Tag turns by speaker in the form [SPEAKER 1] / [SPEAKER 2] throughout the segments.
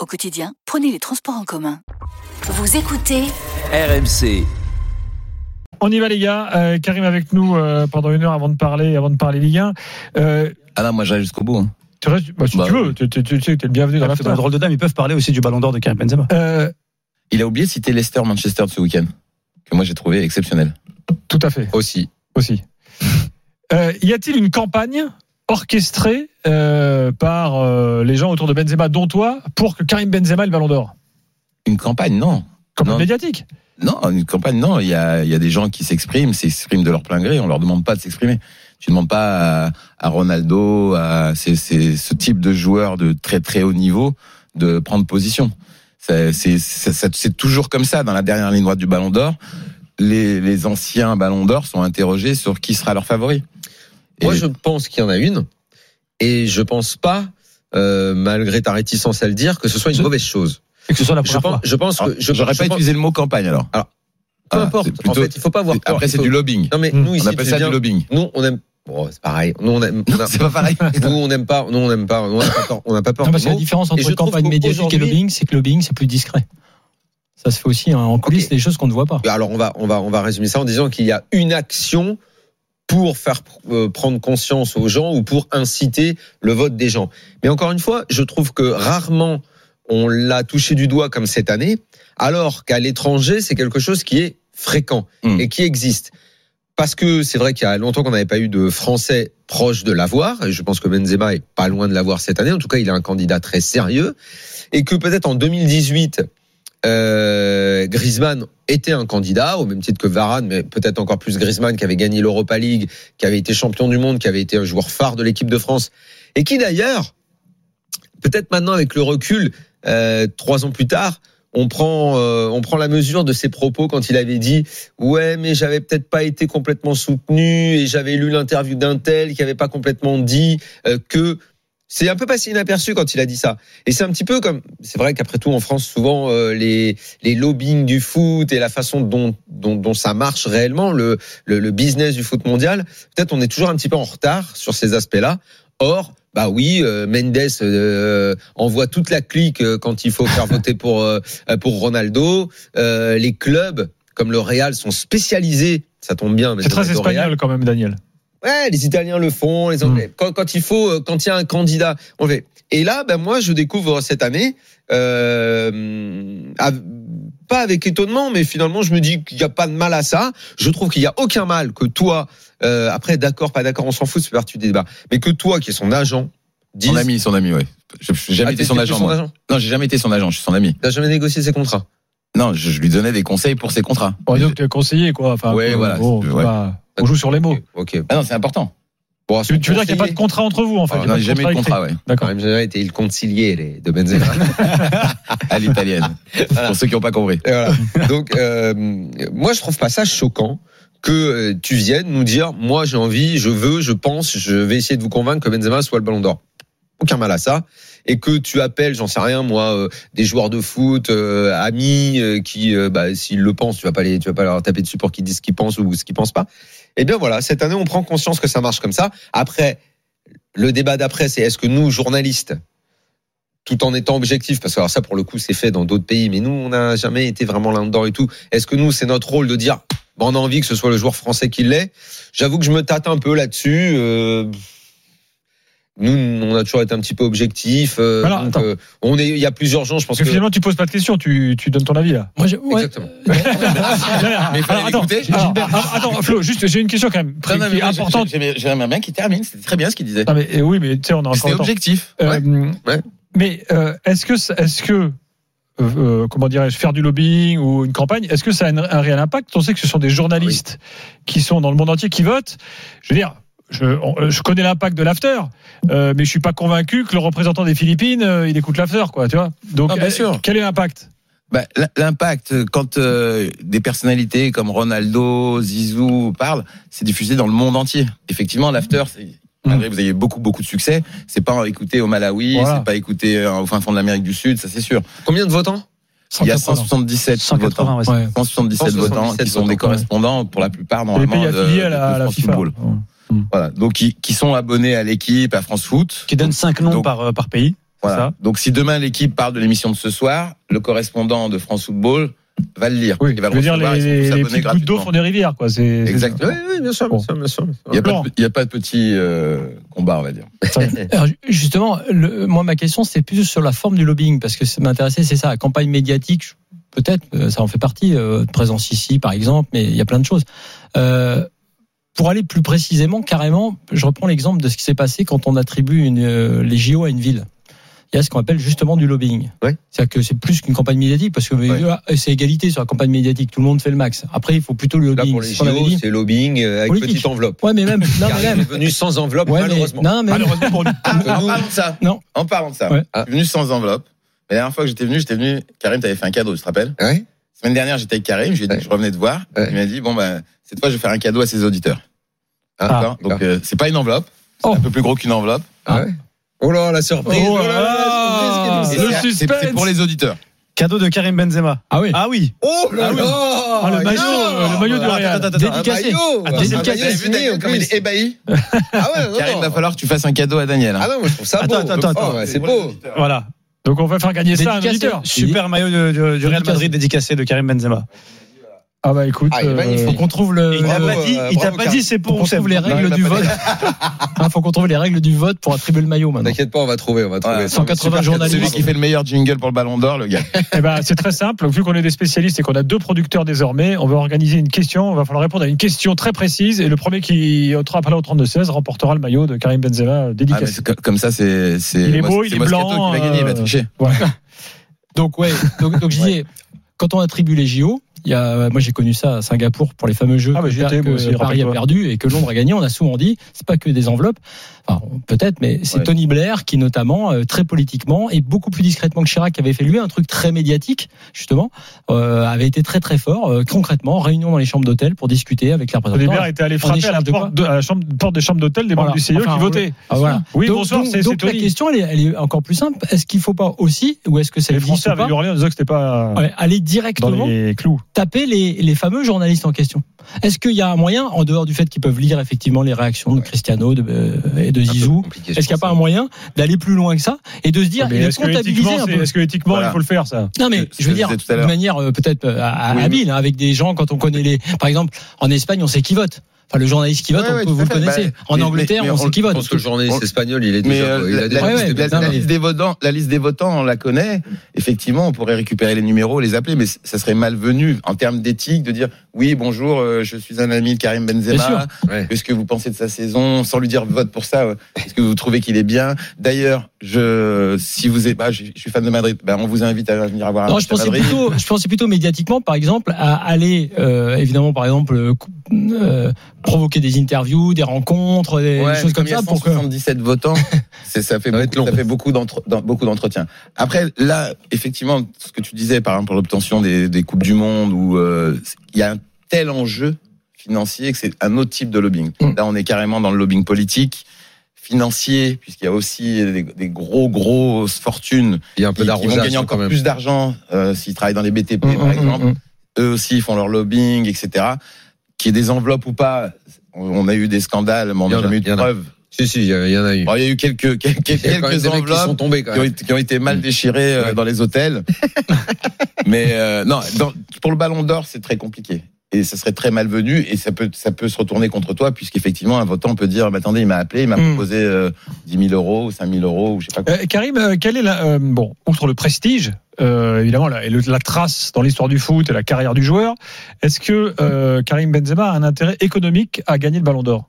[SPEAKER 1] Au quotidien, prenez les transports en commun.
[SPEAKER 2] Vous écoutez
[SPEAKER 3] RMC.
[SPEAKER 4] On y va les gars, Euh, Karim avec nous euh, pendant une heure avant de parler, avant de parler Ligue 1. Euh,
[SPEAKER 5] Ah là, moi j'allais jusqu'au bout. hein.
[SPEAKER 4] tu restes, bah, si
[SPEAKER 5] Bah,
[SPEAKER 4] tu veux, tu, tu- tu sais que t'es le bienvenu dans
[SPEAKER 6] C'est
[SPEAKER 4] l'after.
[SPEAKER 6] un drôle de dame. Ils peuvent parler aussi du ballon d'or de Karim Benzema.
[SPEAKER 4] Euh,
[SPEAKER 5] Il a oublié de citer Leicester Manchester de ce week-end, que moi j'ai trouvé exceptionnel.
[SPEAKER 4] tout à fait,
[SPEAKER 5] Aussi.
[SPEAKER 4] aussi. Euh, y a-t-il une campagne orchestrée euh, par euh, les gens autour de Benzema, dont toi, pour que Karim Benzema ait le Ballon d'Or
[SPEAKER 5] Une campagne, non.
[SPEAKER 4] Campagne
[SPEAKER 5] Non.
[SPEAKER 4] médiatique.
[SPEAKER 5] Non, une campagne, non. Il y a, il y a des gens qui s'expriment, s'expriment de leur plein gré. On leur demande pas de s'exprimer. Tu demandes pas à, à Ronaldo, à ces- ces- ce type de joueur de très très haut niveau de prendre position. Ça- C'est ça- ça- c'est toujours comme ça dans la dernière ligne droite du Ballon d'Or. Les, les anciens Ballons d'Or sont interrogés sur qui sera leur favori.
[SPEAKER 7] Moi,
[SPEAKER 5] Et-
[SPEAKER 7] je pense qu'il y en a une, et je pense pas, euh, malgré ta réticence à le dire, que ce soit une mauvaise chose.
[SPEAKER 6] Et que ce soit la
[SPEAKER 7] Je
[SPEAKER 6] première
[SPEAKER 7] pense,
[SPEAKER 6] fois.
[SPEAKER 7] je pense
[SPEAKER 5] Alors,
[SPEAKER 7] que je,
[SPEAKER 5] J'aurais
[SPEAKER 7] je
[SPEAKER 5] pas
[SPEAKER 7] pense-
[SPEAKER 5] utilisé le mot campagne alors.
[SPEAKER 7] Peu
[SPEAKER 5] Ah,
[SPEAKER 7] importe.
[SPEAKER 5] c'est plutôt-
[SPEAKER 7] en fait, il faut pas avoir peur.
[SPEAKER 5] Après,
[SPEAKER 7] Il
[SPEAKER 5] c'est
[SPEAKER 7] faut-
[SPEAKER 5] du lobbying.
[SPEAKER 7] Non mais
[SPEAKER 4] Mm.
[SPEAKER 7] nous ici,
[SPEAKER 5] On appelle
[SPEAKER 7] tu
[SPEAKER 5] ça
[SPEAKER 7] viens-
[SPEAKER 5] du lobbying.
[SPEAKER 7] Nous, on aime. Bon, c'est pareil. Nous, on aime. on a-
[SPEAKER 5] C'est pas pareil.
[SPEAKER 7] nous, on n'aime pas. Nous, on n'aime pas. Nous, on n'a pas peur. On n'a pas peur
[SPEAKER 6] Non,
[SPEAKER 7] du
[SPEAKER 6] parce que la
[SPEAKER 7] mot.
[SPEAKER 6] différence
[SPEAKER 7] Et
[SPEAKER 6] entre
[SPEAKER 7] je trouve
[SPEAKER 6] campagne médiatique et
[SPEAKER 7] qu'aujourd'hui-
[SPEAKER 6] lobbying, c'est que le lobbying, c'est plus discret. Ça se fait aussi hein, en coulisses,
[SPEAKER 7] Ok. Bah,
[SPEAKER 6] des choses qu'on ne voit pas.
[SPEAKER 7] Alors on va on va on va résumer ça en disant qu'il y a une action pour faire euh, prendre conscience aux gens ou pour inciter le vote des gens. Mais encore une fois, je trouve que rarement on l'a touché du doigt comme cette année, alors qu'à l'étranger, c'est quelque chose qui est fréquent
[SPEAKER 5] Mm.
[SPEAKER 7] et qui existe. Parce que c'est vrai qu'il y a longtemps qu'on n'avait pas eu de Français proche de l'avoir, et je pense que Benzema est pas loin de l'avoir cette année, en tout cas il est un candidat très sérieux, et que peut-être en 2018, euh, Griezmann était un candidat, au même titre que Varane, mais peut-être encore plus Griezmann qui avait gagné l'Europa League, qui avait été champion du monde, qui avait été un joueur phare de l'équipe de France, et qui d'ailleurs, peut-être maintenant avec le recul, euh, trois ans plus tard, on prend, euh, on prend la mesure de ses propos quand il avait dit ouais mais j'avais peut-être pas été complètement soutenu et j'avais lu l'interview d'un tel qui avait pas complètement dit euh, que c'est un peu passé inaperçu quand il a dit ça et c'est un petit peu comme c'est vrai qu'après tout en France souvent euh, les les lobbying du foot et la façon dont dont, dont ça marche réellement le, le le business du foot mondial peut-être on est toujours un petit peu en retard sur ces aspects-là or bah oui, euh, Mendes euh, envoie toute la clique euh, quand il faut faire voter pour euh, pour Ronaldo. Euh, les clubs comme le Real sont spécialisés. Ça tombe bien. mais
[SPEAKER 4] C'est très
[SPEAKER 7] Ronaldo, Real.
[SPEAKER 4] espagnol quand même, Daniel.
[SPEAKER 7] Ouais, les Italiens le font, les Anglais.
[SPEAKER 4] Hmm.
[SPEAKER 7] Quand, quand il faut, euh, quand il y a un candidat, on le fait. Et là, ben moi, je découvre cette année, euh, av- pas avec étonnement, mais finalement, je me dis qu'il n'y a pas de mal à ça. Je trouve qu'il n'y a aucun mal que toi, euh, après, d'accord, pas d'accord, on s'en fout, c'est parti du débat, mais que toi, qui es son agent, dise.
[SPEAKER 5] Son ami, son ami, ouais. Je- J'ai
[SPEAKER 7] Ah,
[SPEAKER 5] jamais été
[SPEAKER 7] t'es-
[SPEAKER 5] son
[SPEAKER 7] t'es
[SPEAKER 5] agent,
[SPEAKER 7] son
[SPEAKER 5] moi.
[SPEAKER 7] agent.
[SPEAKER 5] Non, j'ai jamais été son agent, je suis son ami.
[SPEAKER 7] T'as jamais négocié ses contrats.
[SPEAKER 5] Non, je, je lui donnais des conseils pour ses contrats.
[SPEAKER 6] Oh,
[SPEAKER 4] Bon, donc, tu es conseiller, quoi. Enfin,
[SPEAKER 5] Ouais,
[SPEAKER 4] bon,
[SPEAKER 5] voilà,
[SPEAKER 4] bon,
[SPEAKER 5] c'est-
[SPEAKER 4] c'est
[SPEAKER 5] ouais.
[SPEAKER 4] pas- on joue sur les mots.
[SPEAKER 7] Ok.
[SPEAKER 5] Ah non, c'est important.
[SPEAKER 7] Bon,
[SPEAKER 4] Oh. Tu, tu veux dire qu'il n'y a pas de contrat entre vous, en
[SPEAKER 6] Ah,
[SPEAKER 4] fait.
[SPEAKER 5] Non,
[SPEAKER 4] il y
[SPEAKER 5] non, Ah, j'ai
[SPEAKER 4] a pas de
[SPEAKER 5] jamais eu de
[SPEAKER 4] contrat
[SPEAKER 5] contrat,
[SPEAKER 4] écrit.
[SPEAKER 5] ouais.
[SPEAKER 4] D'accord.
[SPEAKER 7] Quand même, j'aurais été le concilier les, de Benzema.
[SPEAKER 5] À l'italienne. Pour ceux qui n'ont pas compris.
[SPEAKER 7] Et voilà. Donc, euh, moi, je trouve pas ça choquant que euh, tu viennes nous dire, moi, j'ai envie, je veux, je pense, je vais essayer de vous convaincre que Benzema soit le Ballon d'Or. Aucun mal à ça. Et que tu appelles, j'en sais rien, moi, euh, des joueurs de foot, euh, amis, euh, qui, euh, bah, s'ils le pensent, tu vas pas les, tu vas pas leur taper dessus pour qu'ils disent ce qu'ils pensent ou ce qu'ils pensent pas. Eh bien, voilà. Cette année, on prend conscience que ça marche comme ça. Après, le débat d'après, c'est est-ce que nous, journalistes, tout en étant objectifs, parce que alors ça pour le coup c'est fait dans d'autres pays, mais nous on n'a jamais été vraiment là-dedans et tout. Est-ce que nous c'est notre rôle de dire, bah, on a envie que ce soit le joueur français qui l'est J'avoue que je me tâte un peu là-dessus. euh, nous on a toujours été un petit peu objectifs. euh,
[SPEAKER 4] Alors,
[SPEAKER 7] donc,
[SPEAKER 4] attends.
[SPEAKER 7] euh, on est, il y a plusieurs gens, je pense
[SPEAKER 4] Parce que
[SPEAKER 7] que.
[SPEAKER 4] finalement, tu poses pas de questions, tu, tu donnes ton avis, là.
[SPEAKER 6] Moi, je- ouais.
[SPEAKER 7] Exactement.
[SPEAKER 5] Mais il fallait
[SPEAKER 4] Alors, attends,
[SPEAKER 5] l'écouter.
[SPEAKER 4] alors, ah, attends, Flo, juste, j'ai une question quand
[SPEAKER 5] Non,
[SPEAKER 4] même,
[SPEAKER 5] non,
[SPEAKER 4] qui
[SPEAKER 5] mais
[SPEAKER 4] est
[SPEAKER 5] moi, j'ai-
[SPEAKER 4] importante.
[SPEAKER 5] j'ai- J'aimerais bien qu'il termine. C'était très bien ce qu'il disait.
[SPEAKER 4] Non, mais, eh oui, mais tu sais, on a encore
[SPEAKER 5] C'était
[SPEAKER 4] le temps.
[SPEAKER 5] objectif.
[SPEAKER 4] Euh,
[SPEAKER 7] ouais.
[SPEAKER 4] Mais euh, est-ce que, ça- est-ce que, euh, euh, comment dirais-je, faire du lobbying ou une campagne, est-ce que ça a un, un réel impact On sait que ce sont des journalistes qui sont dans le monde entier qui votent. Je veux dire. Je, on- euh, je connais l'impact de l'after, euh, mais je suis pas convaincu que le représentant des Philippines, euh, il écoute l'after, quoi, tu vois. Donc,
[SPEAKER 5] Ah, bien
[SPEAKER 4] euh,
[SPEAKER 5] sûr.
[SPEAKER 4] quel est l'impact
[SPEAKER 5] Bah, l- L'impact, quand euh, des personnalités comme Ronaldo, Zizou parlent, c'est diffusé dans le monde entier. Effectivement, l'after,
[SPEAKER 4] Mmh.
[SPEAKER 5] c'est- malgré que vous avez beaucoup, beaucoup de succès, c'est pas écouté au Malawi,
[SPEAKER 4] Voilà.
[SPEAKER 5] c'est pas écouté euh, au fin fond de l'amérique du Sud, ça c'est sûr.
[SPEAKER 7] Combien de votants
[SPEAKER 5] Il y a 177 votants.
[SPEAKER 6] 180, ouais.
[SPEAKER 4] Ouais.
[SPEAKER 5] 177 votants qui sont
[SPEAKER 7] 177
[SPEAKER 5] des correspondants pour la plupart
[SPEAKER 4] Les
[SPEAKER 5] normalement
[SPEAKER 4] pays
[SPEAKER 5] de-
[SPEAKER 4] affiliés à la,
[SPEAKER 5] euh, de
[SPEAKER 4] à la
[SPEAKER 5] France
[SPEAKER 4] FIFA.
[SPEAKER 5] Football. Voilà. Donc qui, qui sont abonnés à l'équipe, à France Foot.
[SPEAKER 6] Qui donne 5 noms
[SPEAKER 5] Donc-
[SPEAKER 6] par, euh, par pays.
[SPEAKER 5] Voilà.
[SPEAKER 6] ça.
[SPEAKER 5] Donc si demain l'équipe parle de l'émission de ce soir, le correspondant de France Football va le lire.
[SPEAKER 4] Oui,
[SPEAKER 5] il
[SPEAKER 4] je
[SPEAKER 5] va le
[SPEAKER 4] veux dire,
[SPEAKER 5] recevoir,
[SPEAKER 4] les,
[SPEAKER 5] ils sont tous
[SPEAKER 4] les
[SPEAKER 5] abonnés
[SPEAKER 4] petits gouttes
[SPEAKER 5] gratuitement.
[SPEAKER 4] d'eau font des rivières, quoi. C'est, c'est-
[SPEAKER 5] Exactement.
[SPEAKER 7] Oui, oui, bien sûr,
[SPEAKER 4] Bon.
[SPEAKER 7] bien sûr, bien sûr.
[SPEAKER 5] Il n'y a, pas
[SPEAKER 4] Laurent.
[SPEAKER 5] de- il y a pas de petit euh, combat, on va dire.
[SPEAKER 6] Euh, Alors, ju- justement, le- moi, ma question, c'est plus sur la forme du lobbying, parce que ça m'intéressait, c'est ça, la campagne médiatique, je- peut-être, euh, ça en fait partie, euh, de présence ici, par exemple, mais il y a plein de choses. Euh, pour aller plus précisément, carrément, je reprends l'exemple de ce qui s'est passé quand on attribue une, euh, les JO à une ville. Il y a ce qu'on appelle justement du lobbying.
[SPEAKER 7] Ouais.
[SPEAKER 6] C'est-à-dire que c'est plus qu'une campagne médiatique, parce que là, c'est égalité sur la campagne médiatique, tout le monde fait le max. Après, il faut plutôt le
[SPEAKER 7] Là,
[SPEAKER 6] lobbying.
[SPEAKER 7] pour les
[SPEAKER 6] c'est ce qu'on avait
[SPEAKER 7] JO,
[SPEAKER 6] dit.
[SPEAKER 7] c'est lobbying euh, avec
[SPEAKER 6] Politique.
[SPEAKER 7] petite enveloppe.
[SPEAKER 6] Ouais, mais même, non,
[SPEAKER 7] Car
[SPEAKER 6] mais
[SPEAKER 7] il est
[SPEAKER 6] même.
[SPEAKER 7] venu sans enveloppe,
[SPEAKER 6] Ouais, mais-
[SPEAKER 7] malheureusement.
[SPEAKER 6] non, mais-
[SPEAKER 4] Malheureusement pour nous.
[SPEAKER 5] Ah,
[SPEAKER 7] Nous-
[SPEAKER 5] en parlant de ça,
[SPEAKER 6] Non.
[SPEAKER 5] en parlant de ça,
[SPEAKER 6] Ouais.
[SPEAKER 5] je suis venu sans enveloppe. La dernière fois que j'étais venu, j'étais venu, Karim t'avais fait un cadeau, tu te rappelles
[SPEAKER 7] Ouais.
[SPEAKER 5] Semaine dernière, j'étais avec Karim, je lui ai dit
[SPEAKER 7] Ouais.
[SPEAKER 5] que je revenais te voir.
[SPEAKER 7] Ouais.
[SPEAKER 5] Il m'a dit, bon, bah, cette fois, je vais faire un cadeau à ses auditeurs.
[SPEAKER 7] Ah,
[SPEAKER 5] D'accord
[SPEAKER 7] d'accord.
[SPEAKER 5] Donc, euh, c'est pas une enveloppe, c'est
[SPEAKER 6] Oh.
[SPEAKER 5] un peu plus gros qu'une enveloppe.
[SPEAKER 7] Ah ouais. Oh là, la surprise.
[SPEAKER 4] Oh là là,
[SPEAKER 7] la
[SPEAKER 6] Ah,
[SPEAKER 7] surprise qui est
[SPEAKER 4] Le
[SPEAKER 7] douce.
[SPEAKER 5] c'est- c'est-
[SPEAKER 4] suspense.
[SPEAKER 5] C'est pour les auditeurs.
[SPEAKER 6] Cadeau de Karim Benzema. Ah oui. Ah oui.
[SPEAKER 7] Oh là
[SPEAKER 6] Ah oui.
[SPEAKER 7] là
[SPEAKER 4] Ah, le maillot,
[SPEAKER 7] énorme.
[SPEAKER 4] euh, le maillot du
[SPEAKER 6] Attends,
[SPEAKER 4] Real.
[SPEAKER 6] attends, attends.
[SPEAKER 7] Un
[SPEAKER 6] Dédicacé.
[SPEAKER 7] maillot.
[SPEAKER 6] Attends,
[SPEAKER 7] Un
[SPEAKER 6] c'est le
[SPEAKER 7] maillot
[SPEAKER 6] cas.
[SPEAKER 5] Vous avez vu
[SPEAKER 7] signé, en
[SPEAKER 5] Daniel comme il
[SPEAKER 7] plus.
[SPEAKER 5] est ébahi
[SPEAKER 7] Ah ouais, non,
[SPEAKER 5] Karim,
[SPEAKER 7] non.
[SPEAKER 5] va falloir que tu fasses un cadeau à Daniel. hein.
[SPEAKER 7] Ah non, moi je trouve ça
[SPEAKER 6] Attends,
[SPEAKER 7] beau.
[SPEAKER 6] attends, attends,
[SPEAKER 7] Oh,
[SPEAKER 6] attends.
[SPEAKER 7] ouais, c'est beau.
[SPEAKER 6] Voilà.
[SPEAKER 4] Donc, on va faire gagner ça à un
[SPEAKER 6] Dédicacé.
[SPEAKER 4] auditeur.
[SPEAKER 6] Super
[SPEAKER 4] maillot du,
[SPEAKER 6] Real Madrid dédicacé de Karim Benzema.
[SPEAKER 4] Ah, bah, écoute.
[SPEAKER 7] Ah, il est
[SPEAKER 4] euh,
[SPEAKER 7] magnifique.
[SPEAKER 6] Faut qu'on trouve le.
[SPEAKER 7] Il t'a Bravo, pas dit- euh, il t'a bravo, pas dit Karim.
[SPEAKER 6] c'est pour. Qu'on
[SPEAKER 7] Seb.
[SPEAKER 6] trouve les
[SPEAKER 4] Bah,
[SPEAKER 7] Non, il
[SPEAKER 6] règles
[SPEAKER 7] l'a
[SPEAKER 6] du
[SPEAKER 7] pas
[SPEAKER 6] vote. Il faut qu'on trouve les règles du vote pour attribuer le maillot maintenant.
[SPEAKER 7] T'inquiète pas, on va trouver, on va trouver.
[SPEAKER 5] Voilà.
[SPEAKER 6] 180 journalistes.
[SPEAKER 5] Celui qui fait le meilleur jingle pour le ballon d'or, le gars.
[SPEAKER 4] Eh ben, c'est très simple. Vu qu'on est des spécialistes et qu'on a deux producteurs désormais, on va organiser une question. On va falloir répondre à une question très précise. Et le premier qui attrapera là au 32-16 remportera le maillot de Karim Benzema
[SPEAKER 5] Ah, mais
[SPEAKER 4] dédicacé.
[SPEAKER 5] c'est co- comme ça, c'est. c'est-
[SPEAKER 4] Il est
[SPEAKER 5] moi,
[SPEAKER 4] beau,
[SPEAKER 5] c'est
[SPEAKER 4] il est
[SPEAKER 5] Moscato
[SPEAKER 4] blanc,
[SPEAKER 5] qui va gagner, il va
[SPEAKER 4] euh,
[SPEAKER 5] tricher.
[SPEAKER 6] Donc ouais. Donc, donc je disais, quand on attribue les JO, il y a, moi j'ai connu ça à Singapour pour les fameux jeux
[SPEAKER 4] Ah,
[SPEAKER 6] que,
[SPEAKER 4] bah, j'y étais, moi
[SPEAKER 6] que
[SPEAKER 4] aussi,
[SPEAKER 6] Paris a
[SPEAKER 4] rappelle-toi.
[SPEAKER 6] perdu et que Londres a gagné. On a souvent dit, c'est pas que des enveloppes. Enfin, peut-être, mais c'est
[SPEAKER 5] Ouais.
[SPEAKER 6] Tony Blair qui notamment euh, très politiquement et beaucoup plus discrètement que Chirac avait fait lui un truc très médiatique justement euh, avait été très très fort euh, concrètement réunion dans les chambres d'hôtel pour discuter avec les
[SPEAKER 4] Tony
[SPEAKER 6] représentants.
[SPEAKER 4] Blair était allé frapper à
[SPEAKER 6] échange
[SPEAKER 4] la
[SPEAKER 6] de
[SPEAKER 4] porte, de- à la chambre- porte des chambres d'hôtel des membres
[SPEAKER 6] Voilà.
[SPEAKER 4] du CIO
[SPEAKER 6] Enfin,
[SPEAKER 4] qui
[SPEAKER 6] on-
[SPEAKER 4] votaient.
[SPEAKER 6] Ah, voilà.
[SPEAKER 4] Oui,
[SPEAKER 6] donc,
[SPEAKER 4] bonsoir,
[SPEAKER 6] donc-
[SPEAKER 4] c'est c'est
[SPEAKER 6] donc la
[SPEAKER 4] Tony.
[SPEAKER 6] question elle est, elle est encore plus simple. Est-ce qu'il faut pas aussi ou est-ce que c'est
[SPEAKER 4] Les
[SPEAKER 6] le
[SPEAKER 4] Français avaient hurlé en disant que c'était pas euh,
[SPEAKER 6] aller
[SPEAKER 4] dans
[SPEAKER 6] directement
[SPEAKER 4] les clous.
[SPEAKER 6] taper les, les fameux journalistes en question. Est-ce qu'il y a un moyen, en dehors du fait qu'ils peuvent lire effectivement les réactions de Cristiano de, euh, et de Zizou, est-ce qu'il n'y a pas un moyen d'aller plus loin que ça et de se dire,
[SPEAKER 4] Ah, Mais
[SPEAKER 6] il est
[SPEAKER 4] Est-ce que
[SPEAKER 6] comptabilisé
[SPEAKER 4] éthiquement,
[SPEAKER 6] un
[SPEAKER 4] c'est-
[SPEAKER 6] peu
[SPEAKER 4] est-ce que éthiquement,
[SPEAKER 5] Voilà.
[SPEAKER 4] il faut le faire, ça
[SPEAKER 6] non mais
[SPEAKER 5] ce
[SPEAKER 6] je veux
[SPEAKER 5] que Euh, je
[SPEAKER 6] dire
[SPEAKER 5] disais tout à
[SPEAKER 6] de
[SPEAKER 5] l'heure.
[SPEAKER 6] manière euh, peut-être euh, à-
[SPEAKER 5] Oui,
[SPEAKER 6] habile hein, avec des gens quand on connaît les par exemple en Espagne on sait qui vote enfin le journaliste qui vote
[SPEAKER 5] Ouais,
[SPEAKER 6] on-
[SPEAKER 5] ouais,
[SPEAKER 6] vous
[SPEAKER 5] tout à
[SPEAKER 6] le
[SPEAKER 5] fait.
[SPEAKER 6] connaissez
[SPEAKER 5] Bah,
[SPEAKER 6] en
[SPEAKER 5] mais-
[SPEAKER 6] Angleterre
[SPEAKER 5] mais- mais
[SPEAKER 6] on sait qui
[SPEAKER 7] Je
[SPEAKER 6] vote
[SPEAKER 7] pense que le journaliste espagnol, il est
[SPEAKER 5] Mais
[SPEAKER 7] déjà.
[SPEAKER 5] euh,
[SPEAKER 7] il a
[SPEAKER 5] la,
[SPEAKER 7] déjà-
[SPEAKER 5] la-
[SPEAKER 6] Ouais, ouais,
[SPEAKER 5] la-
[SPEAKER 6] bien
[SPEAKER 5] la
[SPEAKER 6] sûr.
[SPEAKER 5] liste des votants, la liste des votants, on la connaît. Effectivement, on pourrait récupérer les numéros, les appeler, mais c- ça serait malvenu en termes d'éthique de dire oui, bonjour, euh, je suis un ami de Karim
[SPEAKER 6] Bien sûr.
[SPEAKER 5] Benzema.
[SPEAKER 7] Ouais.
[SPEAKER 5] Qu'est-ce que vous pensez de sa saison Sans lui dire vote pour ça. euh, Est-ce que vous trouvez qu'il est bien D'ailleurs, je, si vous êtes, bah, je, je suis fan de Madrid. Bah, on vous invite à venir voir un
[SPEAKER 6] Non,
[SPEAKER 5] match
[SPEAKER 6] je pensais
[SPEAKER 5] à Madrid.
[SPEAKER 6] plutôt, je pensais plutôt médiatiquement, par exemple, à aller euh, évidemment, par exemple, euh, cou- euh, provoquer des interviews, des rencontres, des
[SPEAKER 5] Ouais,
[SPEAKER 6] choses
[SPEAKER 5] mais
[SPEAKER 6] comme
[SPEAKER 5] il y a
[SPEAKER 6] ça, pour que
[SPEAKER 5] 177 votants, c'est- ça fait
[SPEAKER 7] Ça va être long.
[SPEAKER 5] beaucoup, ça fait beaucoup d'entre- d'en- beaucoup d'entretiens. Après, là, effectivement, ce que tu disais, par exemple, pour l'obtention des, des coupes du monde, où euh, il y a un tel enjeu financier que c'est un autre type de lobbying.
[SPEAKER 6] Mm.
[SPEAKER 5] Là, on est carrément dans le lobbying politique, financier, puisqu'il y a aussi des, des gros, grosses fortunes
[SPEAKER 7] Il y a un peu
[SPEAKER 5] qui, qui vont gagner
[SPEAKER 7] d'arrosage hein, quand
[SPEAKER 5] encore
[SPEAKER 7] même. Mm,
[SPEAKER 5] plus d'argent euh, s'ils travaillent dans les BTP,
[SPEAKER 6] Mm,
[SPEAKER 5] par exemple eux aussi font leur lobbying, etc. Qu'il y ait des enveloppes ou pas, on- on a eu des scandales, mais on
[SPEAKER 7] Il y en
[SPEAKER 5] n'a
[SPEAKER 7] a,
[SPEAKER 5] jamais eu
[SPEAKER 7] il y
[SPEAKER 5] de
[SPEAKER 7] en a.
[SPEAKER 5] preuves.
[SPEAKER 7] Si, si, il y, a- il y en a eu.
[SPEAKER 5] Bon, il y a eu quelques, quelques,
[SPEAKER 7] Il y a quand même des mecs
[SPEAKER 5] quelques
[SPEAKER 7] qui sont
[SPEAKER 5] enveloppes
[SPEAKER 7] tombés quand
[SPEAKER 5] qui ont,
[SPEAKER 7] même.
[SPEAKER 5] été- qui ont été mal
[SPEAKER 7] Mm.
[SPEAKER 5] déchirées euh,
[SPEAKER 7] Ouais.
[SPEAKER 5] dans les hôtels. mais euh, non, dans- pour le ballon d'or, c'est très compliqué. Et ça serait très malvenu et ça peut, ça peut se retourner contre toi, puisqu'effectivement, un votant peut dire, mais attendez, il m'a appelé, il m'a
[SPEAKER 4] Mm.
[SPEAKER 5] proposé euh, 10 000 euros ou 5 000 euros ou je sais pas quoi.
[SPEAKER 4] Euh, Karim, euh, quelle est la, euh, bon, outre le prestige, euh, évidemment, la, et le- la trace dans l'histoire du foot et la carrière du joueur, est-ce que euh, Karim Benzema a un intérêt économique à gagner le Ballon d'Or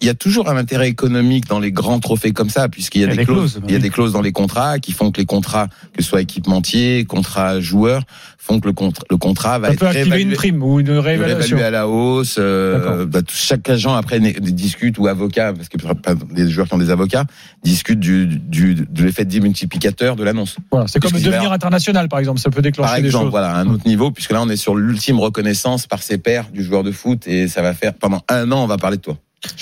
[SPEAKER 5] il y a toujours un intérêt économique dans les grands trophées comme ça, puisqu'il y a
[SPEAKER 4] Il y a
[SPEAKER 5] des,
[SPEAKER 4] des
[SPEAKER 5] clauses,
[SPEAKER 4] clauses, bah
[SPEAKER 5] il y a
[SPEAKER 4] oui.
[SPEAKER 5] des clauses dans les contrats qui font que les contrats, que ce soit équipementier, contrat joueur, font que le, contra- le contrat va
[SPEAKER 4] Ça
[SPEAKER 5] être
[SPEAKER 4] peut activer
[SPEAKER 5] réévalué,
[SPEAKER 4] une prime ou une réévaluation.
[SPEAKER 5] réévalué à la hausse. euh,
[SPEAKER 4] D'accord.
[SPEAKER 5] bah, tout- chaque agent après né- discute ou avocat, parce que par exemple, les joueurs qui ont des avocats discutent du, du, de l'effet démultiplicateur de l'annonce.
[SPEAKER 4] Voilà, c'est comme
[SPEAKER 5] Puisqu'il
[SPEAKER 4] devenir
[SPEAKER 5] va-
[SPEAKER 4] international, par exemple. Ça peut déclencher
[SPEAKER 5] Par
[SPEAKER 4] des
[SPEAKER 5] exemple,
[SPEAKER 4] choses. Hum.
[SPEAKER 5] voilà, à un autre niveau, puisque là on est sur l'ultime reconnaissance par ses pairs du joueur de foot et ça va faire pendant un an on va parler de toi.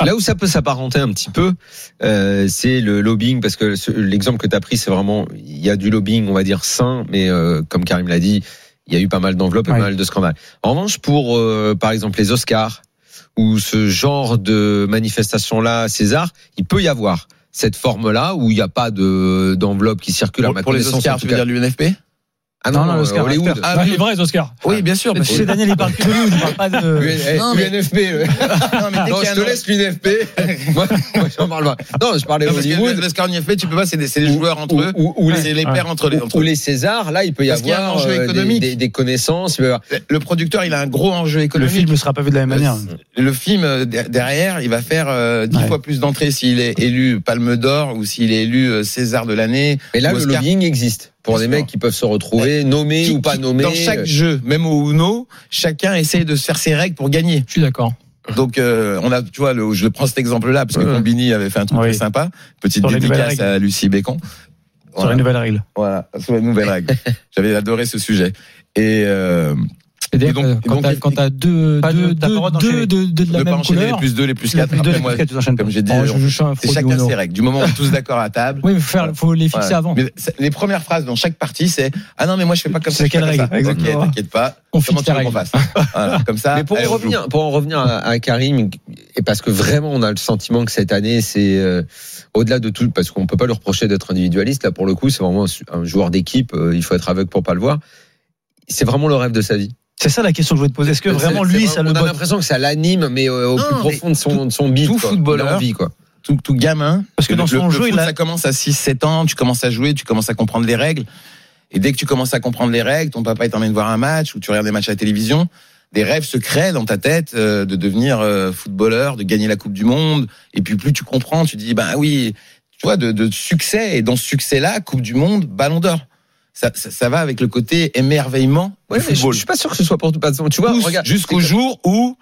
[SPEAKER 7] Là où ça peut s'apparenter un petit peu, euh, c'est le lobbying, parce que ce- l'exemple que tu as pris, c'est vraiment, il y a du lobbying, on va dire sain, mais euh, comme Karim l'a dit, il y a eu pas mal d'enveloppes et
[SPEAKER 4] Ouais.
[SPEAKER 7] pas mal de scandales. En revanche, pour, euh, par exemple, les Oscars, ou ce genre de manifestation-là, César, il peut y avoir cette forme-là où il n'y a pas de d'enveloppe qui circule à
[SPEAKER 5] Pour,
[SPEAKER 7] ma
[SPEAKER 5] pour les
[SPEAKER 7] connaissance, en
[SPEAKER 5] Oscars,
[SPEAKER 7] tout
[SPEAKER 5] tu veux
[SPEAKER 7] cas.
[SPEAKER 5] dire l'UNFP
[SPEAKER 7] Ah non,
[SPEAKER 6] Non, non,
[SPEAKER 7] euh,
[SPEAKER 6] l'Oscar.
[SPEAKER 7] Hollywood.
[SPEAKER 6] Oscar.
[SPEAKER 5] Ah,
[SPEAKER 4] Bah,
[SPEAKER 5] oui.
[SPEAKER 4] les vrais Oscars.
[SPEAKER 5] Oui, bien sûr.
[SPEAKER 6] Tu
[SPEAKER 5] parce que-
[SPEAKER 6] sais, Daniel, il parle que de nous, il parle pas de.
[SPEAKER 7] Eh,
[SPEAKER 5] Non, mais-
[SPEAKER 7] UNFP. euh.
[SPEAKER 5] Non, mais dès
[SPEAKER 7] Non,
[SPEAKER 5] qu'il y a
[SPEAKER 7] je
[SPEAKER 5] un
[SPEAKER 7] te
[SPEAKER 5] autre-
[SPEAKER 7] laisse l'UNFP. moi, moi, j'en parle pas. Non, je parlais
[SPEAKER 5] Non, parce que
[SPEAKER 7] Hollywood.
[SPEAKER 5] les Oscars UNFP, tu peux pas, c'est des, c'est les joueurs entre
[SPEAKER 7] ou-
[SPEAKER 5] eux.
[SPEAKER 7] ou- ou les-
[SPEAKER 5] C'est les pairs entre les.
[SPEAKER 7] Ou-
[SPEAKER 5] Entre
[SPEAKER 7] ou
[SPEAKER 5] eux.
[SPEAKER 7] les Césars, là, il peut y
[SPEAKER 5] Parce qu'il y a un
[SPEAKER 7] avoir
[SPEAKER 5] enjeu
[SPEAKER 7] euh, des-
[SPEAKER 5] économiques.
[SPEAKER 7] Des, des connaissances. il peut y avoir-
[SPEAKER 5] Le producteur, il a un gros enjeu
[SPEAKER 8] Le
[SPEAKER 5] économique.
[SPEAKER 8] film ne sera pas vu de la même manière.
[SPEAKER 5] Le film, euh, der- derrière, il va faire euh, dix
[SPEAKER 8] Ouais.
[SPEAKER 5] fois plus d'entrées s'il est élu Palme d'Or ou s'il est élu euh, César de l'année.
[SPEAKER 7] Mais là,
[SPEAKER 5] ou
[SPEAKER 7] le
[SPEAKER 5] Oscar.
[SPEAKER 7] lobbying existe pour
[SPEAKER 5] Bien
[SPEAKER 7] des
[SPEAKER 5] sûr.
[SPEAKER 7] mecs qui peuvent se retrouver nommés
[SPEAKER 5] Qui-
[SPEAKER 7] ou pas euh,
[SPEAKER 5] qui-
[SPEAKER 7] nommés.
[SPEAKER 5] Dans chaque jeu, euh, même au Uno, chacun essaye de se faire ses règles pour gagner.
[SPEAKER 6] Je suis d'accord.
[SPEAKER 5] Donc, euh, on a, tu vois, le, je prends cet exemple-là parce que
[SPEAKER 7] Ouais.
[SPEAKER 5] Combini avait fait un truc
[SPEAKER 8] Oui.
[SPEAKER 5] très sympa. Petite
[SPEAKER 8] Sur les nouvelles
[SPEAKER 5] dédicace
[SPEAKER 8] règles.
[SPEAKER 5] à Lucie Bécon.
[SPEAKER 8] Sur
[SPEAKER 5] Voilà.
[SPEAKER 8] les nouvelles règles.
[SPEAKER 5] Voilà, sur les nouvelles règles. J'avais adoré ce sujet. Et euh,
[SPEAKER 6] Et d'ailleurs,
[SPEAKER 5] donc- et
[SPEAKER 6] quand
[SPEAKER 5] donc,
[SPEAKER 6] t'as- quand t'as deux,
[SPEAKER 8] pas de-
[SPEAKER 6] deux,
[SPEAKER 8] t'as pas le droit
[SPEAKER 6] deux,
[SPEAKER 8] d'enchaîner.
[SPEAKER 6] deux, deux, deux de la
[SPEAKER 5] ne pas
[SPEAKER 6] même
[SPEAKER 5] enchaîner les
[SPEAKER 6] couleur.
[SPEAKER 5] plus 2, les plus
[SPEAKER 8] Les
[SPEAKER 5] 4.
[SPEAKER 8] plus deux,
[SPEAKER 5] Après,
[SPEAKER 8] les
[SPEAKER 5] moi,
[SPEAKER 8] plus quatre, tu t'enchaînes pas.
[SPEAKER 5] comme j'ai dit,
[SPEAKER 6] Oh, je, je suis un
[SPEAKER 5] c'est
[SPEAKER 6] fraude
[SPEAKER 5] chacun
[SPEAKER 6] Uno.
[SPEAKER 5] ses règles. Du moment où on est tous d'accord à table.
[SPEAKER 6] Oui, mais faire, faut les fixer
[SPEAKER 5] voilà.
[SPEAKER 6] avant.
[SPEAKER 5] Mais c'est- les premières phrases dans chaque partie, c'est Ah non, mais moi je fais pas comme ça.
[SPEAKER 6] C'est
[SPEAKER 5] je fais
[SPEAKER 6] quelle
[SPEAKER 5] comme
[SPEAKER 6] règle,
[SPEAKER 5] ça.
[SPEAKER 6] exactement.
[SPEAKER 5] Ok, t'inquiète pas.
[SPEAKER 6] On
[SPEAKER 5] Comment
[SPEAKER 6] fixe
[SPEAKER 5] tu
[SPEAKER 6] les
[SPEAKER 5] veux qu'on
[SPEAKER 6] règles.
[SPEAKER 5] fasse Voilà, Comme ça.
[SPEAKER 7] Mais pour
[SPEAKER 5] allez,
[SPEAKER 7] en
[SPEAKER 5] on joue.
[SPEAKER 7] revenir, pour en revenir à, à Karim, et parce que vraiment on a le sentiment que cette année c'est euh, au-delà de tout, parce qu'on peut pas lui reprocher d'être individualiste. Là pour le coup, c'est vraiment un su- un joueur d'équipe. euh, il faut être aveugle pour pas le voir. C'est vraiment le rêve de sa vie.
[SPEAKER 8] C'est ça la question que je voulais te poser. Est-ce que
[SPEAKER 7] C'est-
[SPEAKER 8] vraiment
[SPEAKER 7] c'est
[SPEAKER 8] lui, ça le
[SPEAKER 7] On a
[SPEAKER 8] botte
[SPEAKER 7] l'impression que ça l'anime, mais euh, au
[SPEAKER 5] Non,
[SPEAKER 7] plus
[SPEAKER 5] mais
[SPEAKER 7] profond de son de son bide.
[SPEAKER 5] tout
[SPEAKER 7] quoi.
[SPEAKER 5] footballeur-
[SPEAKER 7] Il a envie, quoi.
[SPEAKER 5] tout, tout gamin.
[SPEAKER 8] Parce que
[SPEAKER 5] le-
[SPEAKER 8] dans son
[SPEAKER 5] le,
[SPEAKER 8] jeu,
[SPEAKER 5] le
[SPEAKER 8] il
[SPEAKER 5] foot,
[SPEAKER 8] a-
[SPEAKER 5] ça commence à 6-7 ans, tu commences à jouer, tu commences à comprendre les règles. Et dès que tu commences à comprendre les règles, ton papa il t'emmène voir un match ou tu regardes des matchs à la télévision, des rêves se créent dans ta tête euh, de devenir euh, footballeur, de gagner la Coupe du Monde. Et puis plus tu comprends, tu dis, ben oui, tu vois, de, de succès. Et dans ce succès-là, Coupe du Monde, Ballon d'Or. Ça, ça, ça va avec le côté émerveillement
[SPEAKER 7] Ouais,
[SPEAKER 5] du
[SPEAKER 7] mais je,
[SPEAKER 5] football.
[SPEAKER 7] je suis pas sûr que ce soit pour tout. parce que Tu vois,
[SPEAKER 5] Pousse
[SPEAKER 7] regarde,
[SPEAKER 5] jusqu'au
[SPEAKER 7] c'est-
[SPEAKER 5] jour où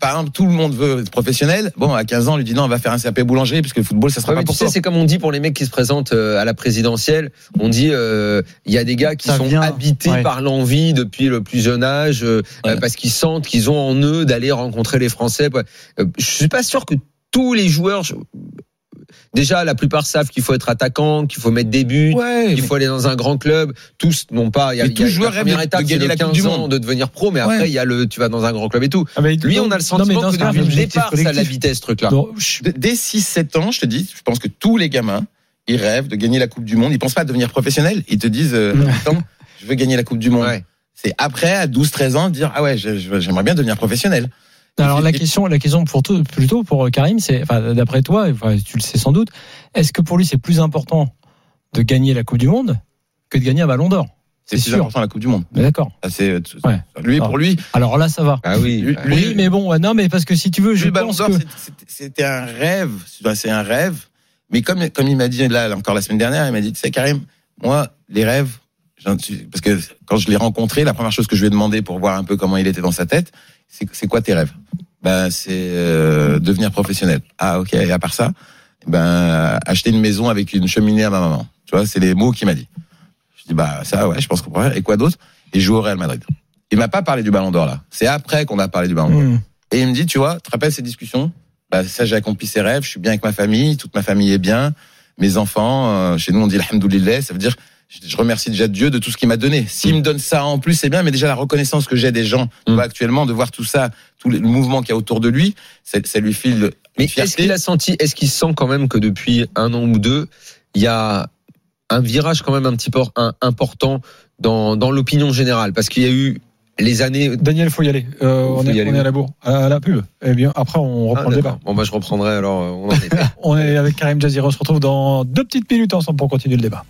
[SPEAKER 5] par exemple, tout le monde veut être professionnel. Bon, à 15 ans, on lui dit non, on va faire un CAP boulanger, puisque le football, ça sera
[SPEAKER 7] Ouais,
[SPEAKER 5] pas
[SPEAKER 7] mais tu
[SPEAKER 5] pour
[SPEAKER 7] sais,
[SPEAKER 5] toi.
[SPEAKER 7] c'est comme on dit pour les mecs qui se présentent euh, à la présidentielle. On dit, euh, il y a des gars qui
[SPEAKER 8] Ça
[SPEAKER 7] sont
[SPEAKER 8] vient,
[SPEAKER 7] habités
[SPEAKER 8] ouais.
[SPEAKER 7] par l'envie depuis le plus jeune âge, euh,
[SPEAKER 5] Ouais.
[SPEAKER 7] euh, parce qu'ils sentent qu'ils ont en eux d'aller rencontrer les Français. quoi. Euh, je suis pas sûr que tous les joueurs. je- Déjà, la plupart savent qu'il faut être attaquant, qu'il faut mettre des buts.
[SPEAKER 5] Ouais,
[SPEAKER 7] Il faut aller dans un grand club. Tous n'ont pas. Il y a,
[SPEAKER 5] Mais
[SPEAKER 7] il
[SPEAKER 5] tout
[SPEAKER 7] y a
[SPEAKER 5] joueur
[SPEAKER 7] la première
[SPEAKER 5] rêve de-
[SPEAKER 7] étape,
[SPEAKER 5] de
[SPEAKER 7] c'est
[SPEAKER 5] gagner
[SPEAKER 7] le
[SPEAKER 5] la Coupe du
[SPEAKER 7] 15 ans,
[SPEAKER 5] Monde.
[SPEAKER 7] de devenir pro, mais
[SPEAKER 5] Ouais.
[SPEAKER 7] après il y a le, tu vas dans un grand club et tout.
[SPEAKER 6] Ah, mais
[SPEAKER 7] Lui,
[SPEAKER 6] donc-
[SPEAKER 7] on a le
[SPEAKER 6] non, mais
[SPEAKER 7] sentiment
[SPEAKER 6] dans
[SPEAKER 7] que
[SPEAKER 6] ce cas,
[SPEAKER 7] depuis le
[SPEAKER 6] objectif
[SPEAKER 7] départ, ça
[SPEAKER 6] collectif.
[SPEAKER 7] l'habitait ce truc-là.
[SPEAKER 6] Donc, je-
[SPEAKER 5] D- Dès 6-7 ans, je te dis, je pense que tous les gamins, ils rêvent de gagner la Coupe du Monde. Ils pensent pas à devenir professionnel. Ils te disent, euh, attends, je veux gagner la Coupe du Monde.
[SPEAKER 7] Ouais.
[SPEAKER 5] C'est après, à 12-13 ans, de dire, ah ouais, je- je- j'aimerais bien devenir professionnel.
[SPEAKER 6] Alors la
[SPEAKER 5] Et-
[SPEAKER 6] question, la question pour tout- plutôt pour euh, Karim, c'est, enfin, d'après toi, enfin, tu le sais sans doute, est-ce que pour lui c'est plus important de gagner la Coupe du Monde que de gagner un Ballon d'Or
[SPEAKER 5] C'est
[SPEAKER 6] C'est
[SPEAKER 5] plus
[SPEAKER 6] sûr.
[SPEAKER 5] important la Coupe du Monde.
[SPEAKER 6] Mais D'accord.
[SPEAKER 5] Ah, c'est-
[SPEAKER 6] Ouais.
[SPEAKER 5] Lui,
[SPEAKER 6] Ah.
[SPEAKER 5] pour lui,
[SPEAKER 6] Alors là, ça va.
[SPEAKER 7] Ah oui.
[SPEAKER 5] Lui- lui-
[SPEAKER 6] oui, mais bon, ouais, non, mais parce que si tu veux, je
[SPEAKER 5] le Ballon
[SPEAKER 6] pense
[SPEAKER 5] d'Or,
[SPEAKER 6] que
[SPEAKER 5] c'est- c'est- c'était un rêve. C'est c'est un rêve. Mais comme, comme il m'a dit là, encore la semaine dernière, il m'a dit, tu sais, Karim, moi, les rêves, j'en suis- parce que quand je l'ai rencontré, la première chose que je lui ai demandé pour voir un peu comment il était dans sa tête, c'est c'est quoi tes rêves? Ben, c'est euh, devenir professionnel. Ah, ok. Et à part ça, ben, acheter une maison avec une cheminée à ma maman. Tu vois, c'est les mots qu'il m'a dit. Je dis, bah, ça, ouais, je pense qu'on pourrait. faire. Et quoi d'autre? Et jouer au Real Madrid. Il m'a pas parlé du Ballon d'Or, là. C'est après qu'on a parlé du Ballon d'Or.
[SPEAKER 6] Hmm.
[SPEAKER 5] Et il me dit, tu vois, tu te rappelles ces discussions bah, Ça, j'ai accompli ses rêves, je suis bien avec ma famille, toute ma famille est bien, mes enfants, euh, chez nous on dit alhamdoulilah, ça veut dire je je remercie déjà Dieu de tout ce qu'il m'a donné. S'il me donne ça en plus, c'est bien, mais déjà la reconnaissance que j'ai des gens tu
[SPEAKER 7] Mm.
[SPEAKER 5] vois, actuellement, de voir tout ça, tout le mouvement qu'il y a autour de lui, ça, ça lui file une
[SPEAKER 7] Mais est-ce
[SPEAKER 5] fierté.
[SPEAKER 7] qu'il a senti, est-ce qu'il sent quand même que depuis un an ou deux, il y a un virage quand même un petit peu un- important dans, dans l'opinion générale Parce qu'il y a eu les années.
[SPEAKER 4] Daniel, faut y aller. Euh,
[SPEAKER 7] Faut
[SPEAKER 4] on, est,
[SPEAKER 7] y aller,
[SPEAKER 4] on est
[SPEAKER 7] oui.
[SPEAKER 4] à la bourre, à la pub. Eh bien, après, on
[SPEAKER 7] Ah,
[SPEAKER 4] reprend le débat.
[SPEAKER 7] d'accord. bon, bah, je reprendrai alors. euh, On en était.
[SPEAKER 4] On est avec Karim Jazir. On se retrouve dans deux petites minutes ensemble pour continuer le débat.